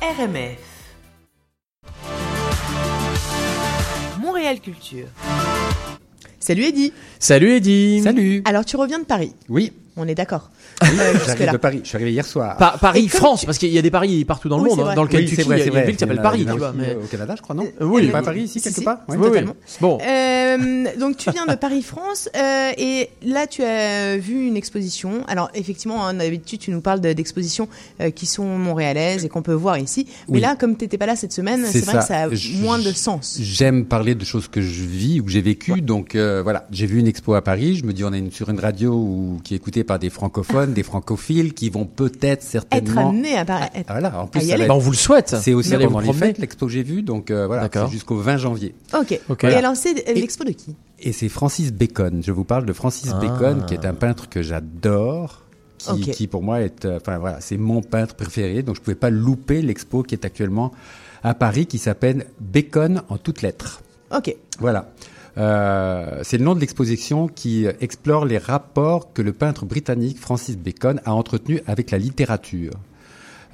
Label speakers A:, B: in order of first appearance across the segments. A: RMF. Montréal Culture.
B: Salut Eddy.
C: Salut Eddy.
D: Salut.
B: Alors tu reviens de Paris.
D: Oui.
B: On est d'accord.
D: J'arrive
B: jusque-là.
D: de Paris. Je suis arrivé hier soir.
C: Pa- Paris,
B: Et comme
C: France, parce qu'il y a des paris partout dans le
B: Oui,
C: monde.
B: c'est
C: hein.
B: vrai.
C: Dans le
D: Oui,
C: Kentucky,
D: c'est vrai,
C: il y a
D: c'est
C: une
D: vrai.
C: ville qui s'appelle
D: Il y en a-
C: Paris,
D: il y en a
C: tu vois,
D: aussi,
C: mais-
D: euh, Au Canada, je crois, non
B: Euh,
C: oui.
D: Il y a Pas à Paris, ici,
B: Si,
D: quelque
B: si,
D: part Ouais.
B: Totalement.
C: Bon,
B: Euh, donc tu viens de Paris-France euh, et là tu as vu une exposition. Alors effectivement, hein, d'habitude tu nous parles de- d'expositions euh, qui sont montréalaises et qu'on peut voir ici. Mais
D: Oui.
B: là, comme tu n'étais pas là cette semaine,
D: C'est
B: c'est vrai
D: ça.
B: que ça a
D: Je-
B: moins de sens.
D: J'aime parler de choses que je vis ou que j'ai vécues. Donc euh, voilà, j'ai vu une expo à Paris. Je me dis, on est une- sur une radio où- qui est écoutée par des francophones, des francophiles qui vont peut-être
B: Être
D: certainement.
B: amené à Paris.
D: Ah, Voilà, en plus,
B: à y
D: ça va
B: aller.
C: Bah,
D: être-
C: on vous le souhaite.
D: c'est aussi
C: Vous allez vous
D: pendant les
C: promener.
D: fêtes, l'expo que j'ai vue. Donc euh, voilà,
C: D'accord.
D: c'est jusqu'au 20 janvier.
B: Ok.
C: Ok.
B: Et alors c'est euh, l'expo de qui
D: Et c'est Francis Bacon. Je vous parle de Francis
C: Ah.
D: Bacon, qui est un peintre que j'adore, qui,
B: Ok.
D: qui pour moi est, euh, enfin voilà, c'est mon peintre préféré. Donc je pouvais pas louper l'expo qui est actuellement à Paris, qui s'appelle Bacon en toutes lettres.
B: Ok.
D: Voilà. Euh, c'est le nom de l'exposition qui euh, explore les rapports que le peintre britannique Francis Bacon a entretenus avec la littérature.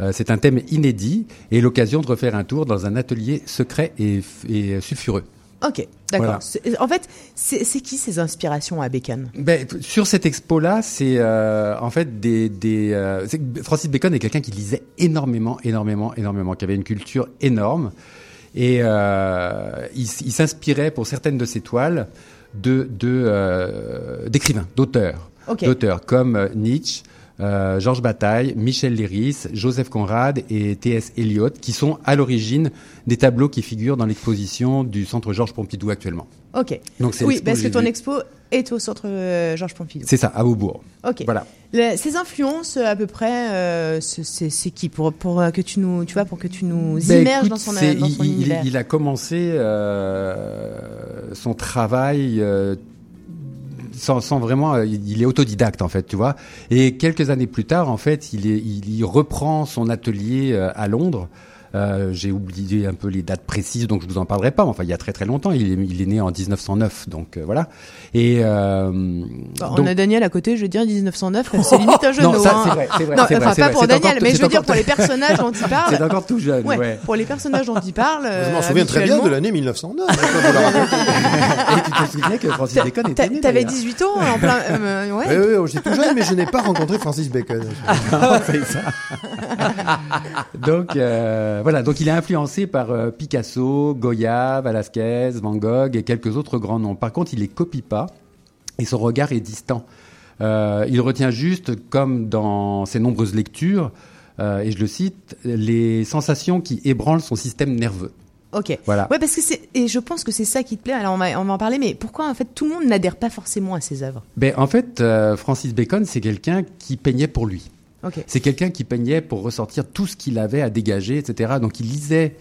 D: Euh, c'est un thème inédit et l'occasion de refaire un tour dans un atelier secret et, f- et euh, sulfureux.
B: Ok. D'accord.
D: Voilà.
B: C'est- En fait, c'est c'est qui ces inspirations à Bacon
D: Ben, p- sur cette expo-là, c'est euh, en fait des... des euh, c'est que Francis Bacon est quelqu'un qui lisait énormément, énormément, énormément, qui avait une culture énorme. Et euh, il, s- il s'inspirait pour certaines de ses toiles de, de, euh, d'écrivains, d'auteurs.
B: Ok.
D: D'auteurs comme euh, Nietzsche, euh, Georges Bataille, Michel Léris, Joseph Conrad et T.S. Eliot, qui sont à l'origine des tableaux qui figurent dans l'exposition du Centre Georges Pompidou actuellement.
B: Ok.
D: Donc, c'est
B: oui,
D: l'expo
B: parce que
D: j'ai
B: ton
D: vue.
B: expo est au centre euh, Georges Pompidou.
D: C'est ça, à Beaubourg.
B: Ok.
D: Voilà.
B: Le- ces influences, à peu près, euh, c'est- c'est c'est qui pour, pour euh, que tu nous, tu vois, pour que tu nous
D: Ben,
B: immerges
D: écoute,
B: dans son,
D: c'est-
B: dans son
D: il, il-
B: univers.
D: il a commencé euh, son travail euh, sans, sans vraiment. euh, Il il est autodidacte en fait, tu vois. Et quelques années plus tard, en fait, il, est- il y reprend son atelier euh, à Londres. Euh, J'ai oublié un peu les dates précises, donc je vous en parlerai pas. mais Enfin, il y a très très longtemps. Il est, il est né en 1909, donc euh, voilà. Et euh,
B: Bon,
D: donc-
B: Bah, On a Daniel à côté, je veux dire 1909, euh, c'est limite un genou.
D: non, ça
B: hein.
D: c'est vrai, c'est vrai.
B: Non,
D: c'est vrai,
B: enfin
D: c'est
B: pas
D: vrai.
B: pour
D: C'est
B: Daniel,
D: encore-
B: mais
D: c'est
B: je veux dire
D: encore
B: pour les personnages dont il
D: tout- C'est
B: parle.
D: encore tout jeune.
B: Ah, Ouais,
D: ouais.
B: pour les personnages dont il parle.
E: Je
B: euh,
E: m'en souviens très bien de
B: habituellement.
E: l'année 1909. je peux vous la raconter.
D: Et tu te souviens que Francis Bacon était
B: T'a-
D: né
B: T'avais
D: d'ailleurs.
B: 18 ans en plein. euh, ouais.
E: Oui, oui, oui, j'étais tout jeune, mais je n'ai pas rencontré Francis Bacon.
D: donc euh, voilà, donc il est influencé par euh, Picasso, Goya, Velázquez, Van Gogh et quelques autres grands noms. Par contre, il les copie pas et son regard est distant. Euh, il retient juste, comme dans ses nombreuses lectures, euh, et je le cite, les sensations qui ébranlent son système nerveux.
B: Ok.
D: Voilà.
B: Ouais, parce que c'est et je pense que c'est ça qui te plaît. Alors on va on va en parler, mais pourquoi en fait tout le monde n'adhère pas forcément à ses œuvres
D: Ben, en fait, euh, Francis Bacon, c'est quelqu'un qui peignait pour lui.
B: Ok.
D: C'est quelqu'un qui peignait pour ressortir tout ce qu'il avait à dégager, etc. Donc il lisait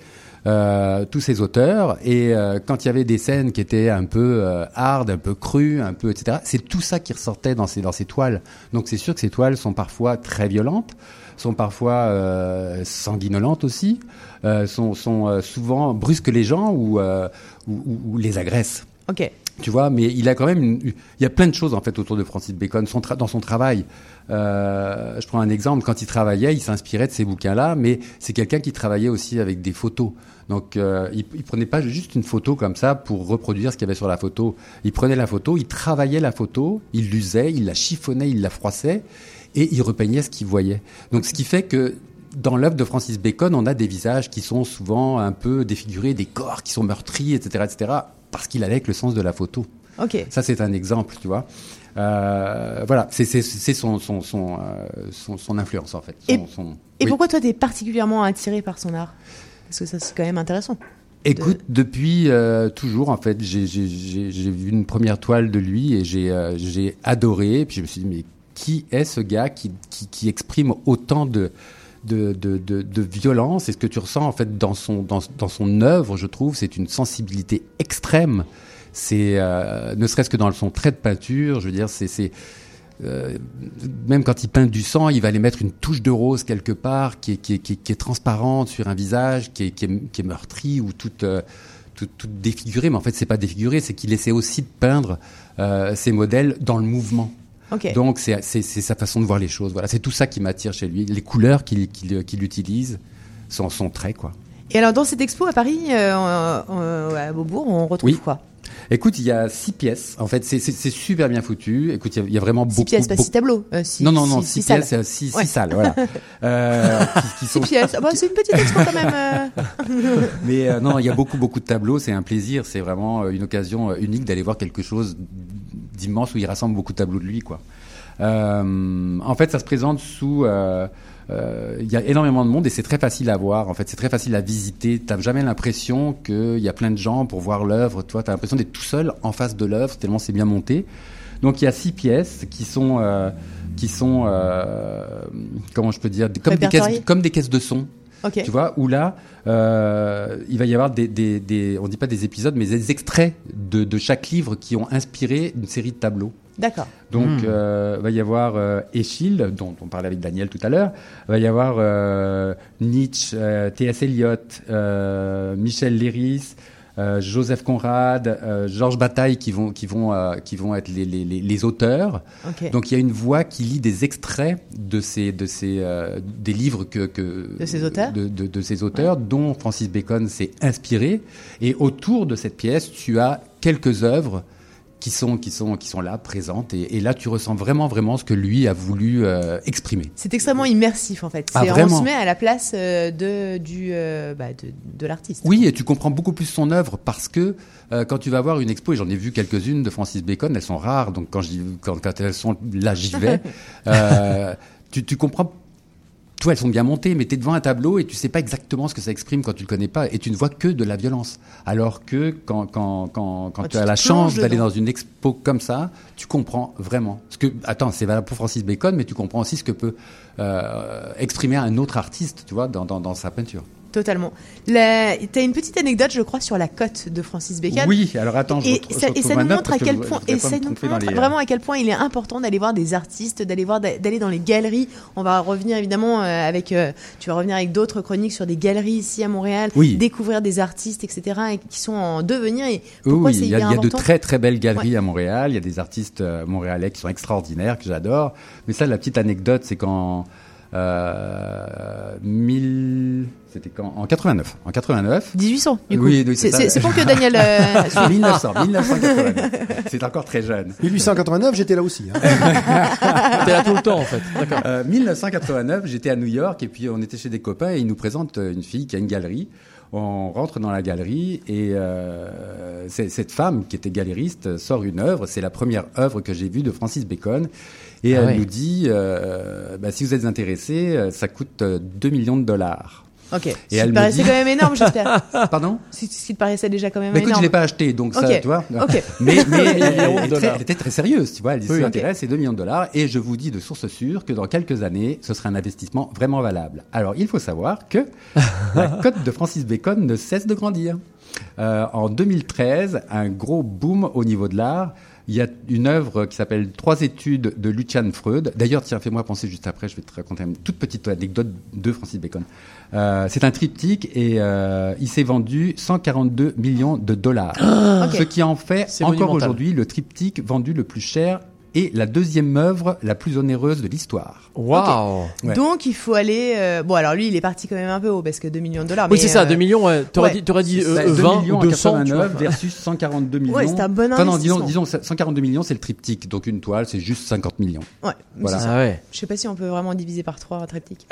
D: euh, tous ses auteurs et euh, quand il y avait des scènes qui étaient un peu euh, hard, un peu crues, un peu, etc. C'est tout ça qui ressortait dans ses dans ses toiles. Donc c'est sûr que ces toiles sont parfois très violentes, sont parfois euh, sanguinolentes aussi, euh, sont sont euh, souvent brusquent les gens ou euh, ou- ou- ou les agressent.
B: Ok.
D: Tu vois, mais il a quand même, une- il y a plein de choses en fait autour de Francis Bacon. Son tra- dans son travail, Euh, je prends un exemple. Quand il travaillait, il s'inspirait de ces bouquins-là, mais c'est quelqu'un qui travaillait aussi avec des photos. Donc, euh, il, il prenait pas juste une photo comme ça pour reproduire ce qu'il y avait sur la photo. Il prenait la photo, il travaillait la photo, il l'usait, il la chiffonnait, il la froissait, et il repeignait ce qu'il voyait. Donc, ce qui fait que dans l'œuvre de Francis Bacon, on a des visages qui sont souvent un peu défigurés, des corps qui sont meurtris, etc., etc., parce qu'il allait avec le sens de la photo.
B: Ok.
D: Ça, c'est un exemple, tu vois. Euh, voilà, c'est c'est- c'est son, son, son, euh, son, son influence, en fait. Son-
B: Et-
D: son-
B: Et
D: Oui.
B: pourquoi toi, t'es particulièrement attiré par son art Parce que ça, c'est quand même intéressant.
D: Écoute, depuis euh, toujours, en fait, j'ai j'ai- j'ai- j'ai vu une première toile de lui et j'ai euh, j'ai adoré. Et puis je me suis dit, mais qui est ce gars qui, qui, qui exprime autant de, de, de, de, de violence Et ce que tu ressens, en fait, dans son, dans, dans son œuvre, je trouve, c'est une sensibilité extrême. C'est, euh, ne serait-ce que dans son trait de peinture, je veux dire, c'est... c'est- euh, même quand il peint du sang, il va aller mettre une touche de rose quelque part qui est, qui est, qui est- qui est transparente sur un visage qui est, qui est, qui est meurtri ou toute, euh, toute, toute défigurée. Mais en fait, c'est pas défiguré, c'est qu'il essaie aussi de peindre euh, ses modèles dans le mouvement.
B: Ok.
D: Donc, c'est c'est- c'est sa façon de voir les choses. Voilà, c'est tout ça qui m'attire chez lui, les couleurs euh, qu'il qu'il qu'il utilise. son, son trait, quoi.
B: Et alors, dans cette expo à Paris, euh, euh, à Beaubourg, on retrouve
D: Oui.
B: quoi
D: Écoute, il y a six pièces. En fait, c'est- c'est c'est super bien foutu. Écoute, il y a- il y, a vraiment
B: Six
D: beaucoup.
B: pièces, pas
D: beaucoup-
B: six tableaux. euh, six-
D: non, non, non,
B: six-
D: six,
B: six salles.
D: pièces, euh, six, six
B: Ouais.
D: salles, voilà. Euh, qui,
B: Six
D: qui sont
B: pièces. Ah bah, c'est une petite expo quand même. euh.
D: Mais euh, non, il y a beaucoup, beaucoup de tableaux. C'est un plaisir. C'est vraiment euh, une occasion euh, unique d'aller voir quelque chose d'immense où il rassemble beaucoup de tableaux de lui, quoi. Euh, en fait, ça se présente sous. euh, euh, Il y a énormément de monde et c'est très facile à voir. En fait, c'est très facile à visiter. T'as jamais l'impression qu'il y a plein de gens pour voir l'œuvre. Toi, t'as l'impression d'être tout seul en face de l'œuvre tellement c'est bien monté. Donc, il y a six pièces qui sont euh, qui sont euh, comment je peux dire comme des
B: Répertoriées.
D: caisses comme des caisses de son.
B: Ok.
D: Tu vois, où là, euh, il va y avoir des, des, des, on dit pas des épisodes, mais des extraits de, de chaque livre qui ont inspiré une série de tableaux.
B: D'accord.
D: Donc,
C: Hmm.
D: euh, va y avoir euh, Eschyle, dont on parlait avec Daniel tout à l'heure, va y avoir euh, Nietzsche, euh, T.S. Eliot, euh, Michel Léris, euh, Joseph Conrad, euh, Georges Bataille qui vont, qui vont, euh, qui vont être les, les, les, les auteurs.
B: Ok.
D: Donc il y a une voix qui lit des extraits de ces, de ces, euh, des livres que, que-
B: De ces auteurs
D: de, de- de ces auteurs, dont Francis Bacon s'est inspiré. Et autour de cette pièce, tu as quelques œuvres qui sont, qui sont, qui sont là, présentes. Et, et là, tu ressens vraiment, vraiment ce que lui a voulu euh, exprimer.
B: C'est extrêmement immersif en fait.
D: Ah,
B: C'est- on
D: vraiment
B: se met à la place euh, de du euh, bah, de, de l'artiste.
D: Oui, et tu comprends beaucoup plus son œuvre parce que euh, quand tu vas voir une expo, et j'en ai vu quelques-unes de Francis Bacon, elles sont rares, donc quand, j'y- quand, quand elles sont là, j'y vais. euh, tu, tu comprends. Toi, elles sont bien montées, mais tu es devant un tableau et tu sais pas exactement ce que ça exprime quand tu le connais pas, et tu ne vois que de la violence. Alors que quand, quand, quand, quand
B: Quand
D: tu
B: Ah, tu
D: as la
B: te
D: chance
B: plonges
D: d'aller
B: dedans.
D: dans une expo comme ça, tu comprends vraiment. Parce que, attends, c'est valable pour Francis Bacon, mais tu comprends aussi ce que peut euh, exprimer un autre artiste, tu vois, dans, dans, dans sa peinture.
B: Totalement. La- T'as une petite anecdote, je crois, sur la cote de Francis Bacon.
D: Oui, alors attends, je
B: Et
D: retrouve-
B: ça,
D: je
B: et ça
D: retrouve ma
B: nous
D: note
B: montre
D: parce
B: à
D: que
B: quel
D: je- je
B: point,
D: voudrais
B: et
D: pas
B: ça
D: me
B: nous
D: tromper dans
B: montre
D: les, euh,
B: vraiment à quel point il est important d'aller voir des artistes, d'aller voir, d'aller dans les galeries. On va revenir évidemment euh, avec, euh, tu vas revenir avec d'autres chroniques sur des galeries ici à Montréal,
D: Oui.
B: découvrir des artistes, etc., et qui sont en devenir. Et
D: Oui,
B: pourquoi
D: oui,
B: c'est
D: il y a,
B: hyper
D: il y a de
B: important
D: très très belles galeries à Montréal. Il y a des artistes euh, montréalais qui sont extraordinaires, que j'adore. Mais ça, la petite anecdote, c'est qu'en euh, 1000, c'était quand En 89. En 89.
B: 1800 du coup.
D: Oui, oui, c'est
B: c'est
D: ça.
B: c'est- c'est pour que Daniel. euh,
D: Ah, 1900, 1989. C'est encore très jeune.
E: 1889, j'étais là aussi. hein.
C: T'es là tout le temps en fait. D'accord.
D: Euh, 1989, j'étais à New York et puis on était chez des copains et ils nous présentent euh, une fille qui a une galerie. On rentre dans la galerie et euh, c'est- cette femme qui était galériste euh, sort une œuvre. C'est la première œuvre que j'ai vue de Francis Bacon. Et
C: Ah
D: elle
C: ouais.
D: nous dit, euh, bah, si vous êtes intéressé, euh, ça coûte euh, 2 millions de dollars.
B: Ok. Ce qui
D: elle
B: te
D: me
B: paraissait
D: dit-
B: quand même énorme, j'espère.
C: Ah.
D: Pardon
B: Ce ce qui te paraissait déjà quand même
D: bah, écoute, je
B: énorme.
D: l'ai pas acheté, donc ça,
B: Ok.
D: tu vois.
B: Ok.
D: Mais, mais elle, elle-
C: millions de
D: elle-
C: dollars.
D: elle était très sérieuse, tu vois. Elle dit,
C: Oui,
D: ça
B: ok.
D: intéresse, c'est 2 millions de dollars. Et je vous dis de source sûre que dans quelques années, ce sera un investissement vraiment valable. Alors, il faut savoir que la cote de Francis Bacon ne cesse de grandir. Euh, en 2013, un gros boom au niveau de l'art. Il y a une œuvre qui s'appelle Trois études de Lucian Freud. D'ailleurs, tiens, fais-moi penser juste après, je vais te raconter une toute petite anecdote de Francis Bacon. Euh, c'est un triptyque et euh, il s'est vendu 142 millions de dollars.
B: Ok.
D: Ce qui en fait
C: C'est
D: encore
C: monumental.
D: aujourd'hui le triptyque vendu le plus cher et la deuxième œuvre la plus onéreuse de l'histoire.
C: Waouh.
D: Ouais.
B: Donc il faut aller. euh, Bon, alors lui, il est parti quand même un peu haut parce que 2 millions de dollars.
C: Oui,
B: mais,
C: c'est ça,
B: euh,
C: 2 millions, ouais. t'aurais
B: ouais.
C: dit, t'aurais dit euh,
D: Bah,
C: 20
D: millions
C: ou
D: en
C: 200, tu vois.
D: 89 versus 142 millions.
B: Ouais, c'est un bon
D: Enfin, non, disons,
B: investissement.
D: disons 142 millions, c'est le triptyque. Donc une toile, c'est juste 50 millions.
B: Ouais,
D: Voilà.
B: c'est ça.
C: Ah ouais.
B: Je sais pas si on peut vraiment diviser par 3 un triptyque.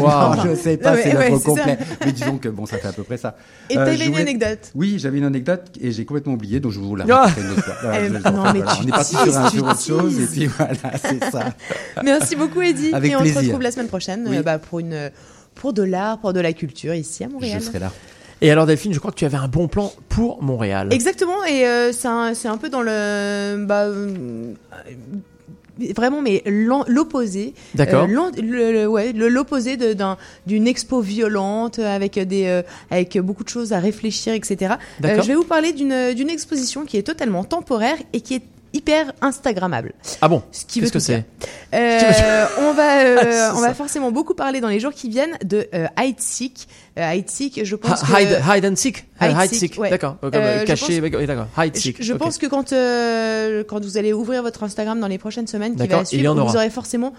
C: Waouh.
D: Non, je sais
B: Non,
D: pas,
B: mais-
D: c'est
B: ouais,
D: l'œuvre
B: c'est ça.
D: complète. Mais disons que bon, ça fait à peu près ça.
B: Et
D: Euh,
B: t'avais
D: je
B: une
D: voulais-
B: anecdote.
D: Oui, j'avais une anecdote et j'ai complètement oublié, donc je vous la
C: Ah.
D: raconterai une autre fois. Voilà,
B: Eh,
D: je- je-
B: non,
D: enfin,
B: mais
D: voilà,
B: tu
D: on est parti
B: teases,
D: sur, un-
B: tu
D: sur autre chose et
B: teases.
D: puis voilà, c'est ça.
B: Merci beaucoup, Eddy.
D: Avec
B: et on se
D: plaisir.
B: retrouve la semaine prochaine
D: Oui.
B: euh, bah, pour une pour de l'art, pour de la culture ici à
D: Je
B: Montréal.
D: serai là.
C: Et alors Delphine, je crois que tu avais un bon plan pour Montréal.
B: Exactement. Et euh, c'est un, c'est un peu dans le bah, euh, vraiment mais l'en- l'opposé.
C: D'accord.
B: Euh, l'en- le- le- ouais, le- l'opposé de- d'un- d'une expo violente euh, avec des euh, avec beaucoup de choses à réfléchir, etc.
C: D'accord.
B: je vais vous parler d'une d'une exposition qui est totalement temporaire et qui est hyper Instagrammable.
C: Ah bon.
B: Ce qui veut
C: Qu'est-ce
B: tout
C: que
B: dire.
C: c'est
B: Euh, on va, euh,
C: Ah, c'est
B: on va
C: ça.
B: forcément beaucoup parler dans les jours qui viennent de euh, hide seek. Euh, hide seek, je pense
C: Ha- Hide,
B: que.
C: hide and seek. Ah,
B: Hide
C: Hide,
B: seek,
C: seek.
B: ouais.
C: D'accord. Comme,
B: Euh,
C: euh,
B: je
C: caché.
B: pense-
C: ouais, oui, D'accord. Hide
B: Je,
C: seek.
B: je
C: ok.
B: pense que quand euh, quand vous allez ouvrir votre Instagram dans les prochaines semaines qui
C: D'accord,
B: va
C: il y en
B: suivre, vous
C: aura.
B: aurez forcément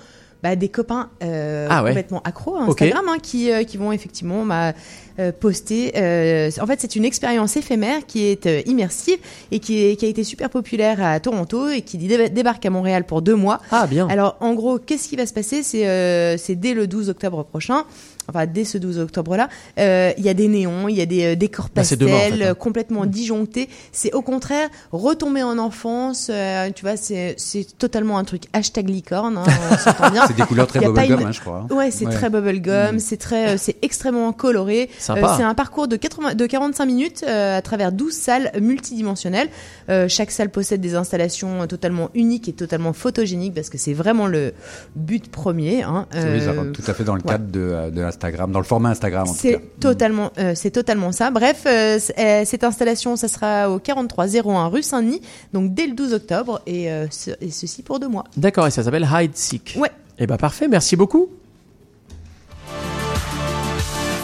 B: bah, des copains euh,
C: Ah ouais.
B: complètement accros à
C: Ok.
B: Instagram hein, qui, euh, qui vont effectivement bah, euh, poster. euh, en fait, c'est une expérience éphémère qui est euh, immersive et qui, est- qui a été super populaire à Toronto et qui dé- débarque à Montréal pour deux mois.
C: Ah, bien.
B: Alors, en gros, qu'est-ce qui va se passer C'est euh, c'est dès le 12 octobre prochain. Enfin, dès ce 12 octobre-là, euh, il y a des néons, il y a des euh, décors
C: Bah, c'est
B: pastels,
C: demain, en fait, hein.
B: euh, complètement disjonctés. C'est au contraire retomber en enfance. euh, tu vois, c'est c'est totalement un truc hashtag licorne. hein, on s'entend bien.
D: C'est des couleurs très
B: Y a pas
D: bubblegum,
B: une-
D: hein, je crois. hein.
B: Ouais, c'est
D: Ouais. Mm.
B: très bubblegum, c'est très, euh, c'est extrêmement coloré. Euh,
C: Sympa.
B: c'est un parcours de 80, de 45 minutes euh, à travers 12 salles multidimensionnelles. Euh, chaque salle possède des installations euh, totalement uniques et totalement photogéniques parce que c'est vraiment le but premier. Hein.
D: Oui, ça
B: Euh,
D: rentre tout à fait dans le cadre de, euh, de Instagram, dans le format Instagram en tout cas. Mm.
B: c'est totalement, euh, c'est totalement ça. Bref, euh, c- euh, cette installation, ça sera au 4301 rue Saint-Denis, donc dès le 12 octobre, et, euh, ce- et ceci pour deux mois.
C: D'accord, et ça s'appelle Hide Seek.
B: Ouais.
C: Eh ben parfait, merci beaucoup.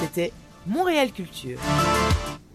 A: C'était Montréal Culture.